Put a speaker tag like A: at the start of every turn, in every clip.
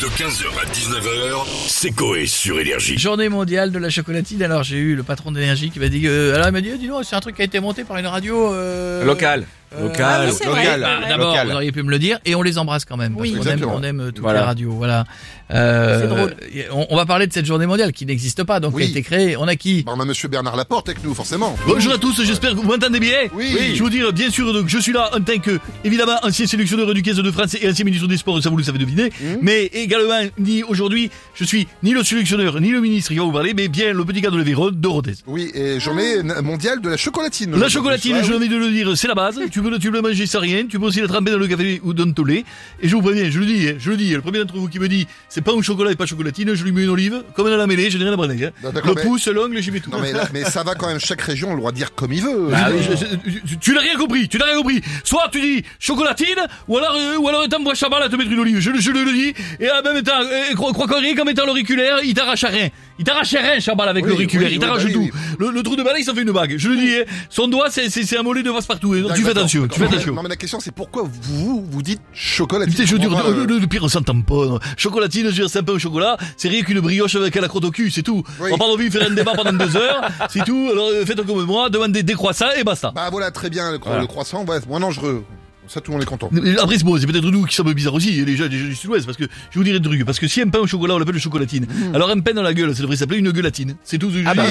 A: De 15h à 19h, c'est Coé sur Énergie.
B: Journée mondiale de la chocolatine. Alors j'ai eu le patron d'énergie qui m'a dit, euh, alors il m'a dit, eh, dis donc, c'est un truc qui a été monté par une radio euh,
C: Local.
B: euh,
C: Local,
B: ah oui,
D: c'est
C: local.
D: vrai.
B: bah, D'abord,
C: Local.
B: vous auriez pu me le dire, et on les embrasse quand même. Parce
D: Oui.
B: qu'on aime,
C: Exactement.
B: on aime euh, toutes
C: Voilà.
B: les radios. Voilà. Euh,
D: C'est drôle.
B: et On, on va parler de cette journée mondiale qui n'existe pas, donc
E: Oui.
B: qui a été créée. On a qui
E: Bah, on a monsieur Bernard Laporte avec nous, forcément.
F: Bonjour à tous, j'espère que vous m'entendez bien.
E: Oui.
F: Je vais vous dire, bien sûr, donc, je suis là en tant que, évidemment, ancien sélectionneur du 15 de France et ancien ministre des Sports, ça vous le savez deviner.
E: Mmh.
F: Mais également, ni aujourd'hui, je suis ni le sélectionneur, ni le ministre qui va vous parler, mais bien le petit gars de la Véronne de Rodez.
E: Oui, et journée na- mondiale de la chocolatine.
F: La chocolatine,
E: Ouais,
F: j'ai
E: oui.
F: envie de le dire, c'est la base. Tu peux, le- tu peux le manger sans rien, tu peux aussi la tremper dans le café ou dans le lait. Et je vous préviens, je le dis, hein, je le dis, le premier d'entre vous qui me dit, c'est pas au chocolat et pas chocolatine, je lui mets une olive, comme dans la mêlée, je n'ai rien à branler. hein.
E: Non, Bah, d'accord,
F: Le
E: mais-
F: pouce, l'ongle, j'y mets tout.
E: Non, mais, là- mais ça va quand même, chaque région a le droit de dire comme il veut.
F: Ah oui, je- je- tu- tu n'as rien compris, tu n'as rien compris. Soit tu dis chocolatine, ou alors, euh, ou alors t'envoies Chabat à te mettre une olive. Je, le- je le le dis. Et en même temps, euh, crois, crois qu'en rien qu'en mettant l'auriculaire, il t'arrache à rien. Il t'arrache à rien, Chabat avec
E: Oui,
F: l'auriculaire.
E: oui,
F: il
E: oui,
F: t'arrache
E: bah
F: tout.
E: oui, oui.
F: Le, le trou de balai, ça fait une bague. Je le dis, hein. son doigt, c'est, c'est, c'est un mollet de passe partout. hein.
E: D'accord,
F: Tu fais
E: d'accord.
F: attention, tu fais
E: Non, mais-
F: attention.
E: Non, mais la question, c'est pourquoi vous, vous dites chocolatine
F: Putain, je veux dire,
E: Pourquoi,
F: le,
E: euh,
F: le- le pire, on s'entend pas. Chocolatine, je veux dire, c'est un peu au chocolat. C'est rien qu'une brioche avec la crotte au cul, c'est tout.
E: Oui.
F: On parle au vif, faire un débat pendant deux heures, c'est tout. Alors, euh, faites comme moi, demandez des croissants et basta.
E: Bah voilà, très bien, le, cro- le croissant, ouais, c'est moins dangereux. Ça, tout le monde est content.
F: Après, c'est bon, c'est peut-être nous qui sommes bizarres aussi, et les gens, les gens du sud-ouest, parce que je vous dirais un truc, parce que si un pain au chocolat, on l'appelle chocolatine,
C: Mhm.
F: alors un pain dans la gueule, ça devrait s'appeler une gueulatine. C'est tout ce que je dis.
E: c'est- ah, bah,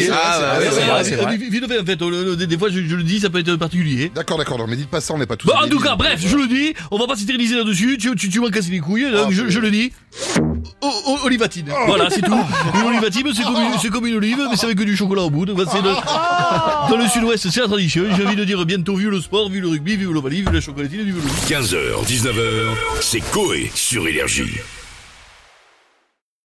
C: c'est
E: c'est
C: vrai, c'est
F: Ah,
C: vrai.
F: vite- vite fait, en fait, on le- le- des des fois, je, je le dis, ça peut être particulier.
E: D'accord, d'accord, non, mais dites pas ça, on n'est pas tous.
F: Bah, en
E: débiles.
F: tout cas, bref, je le dis, on va pas s'éterniser là-dessus, tu, tu, tu m'as cassé les couilles, donc
E: Ah,
F: je,
E: oui.
F: je le dis. O- o- olivatine.
C: Oh.
F: Voilà, c'est tout. Une olivatine, c'est comme, une- c'est comme une olive, mais c'est avec du chocolat au bout. donc voilà, c'est le- dans le sud-ouest, c'est la tradition. J'ai envie de dire bientôt, vu le sport, vu le rugby, vu l'ovalie, vu la chocolatine, vu le
A: 15h, 19h, c'est Coé sur Énergie.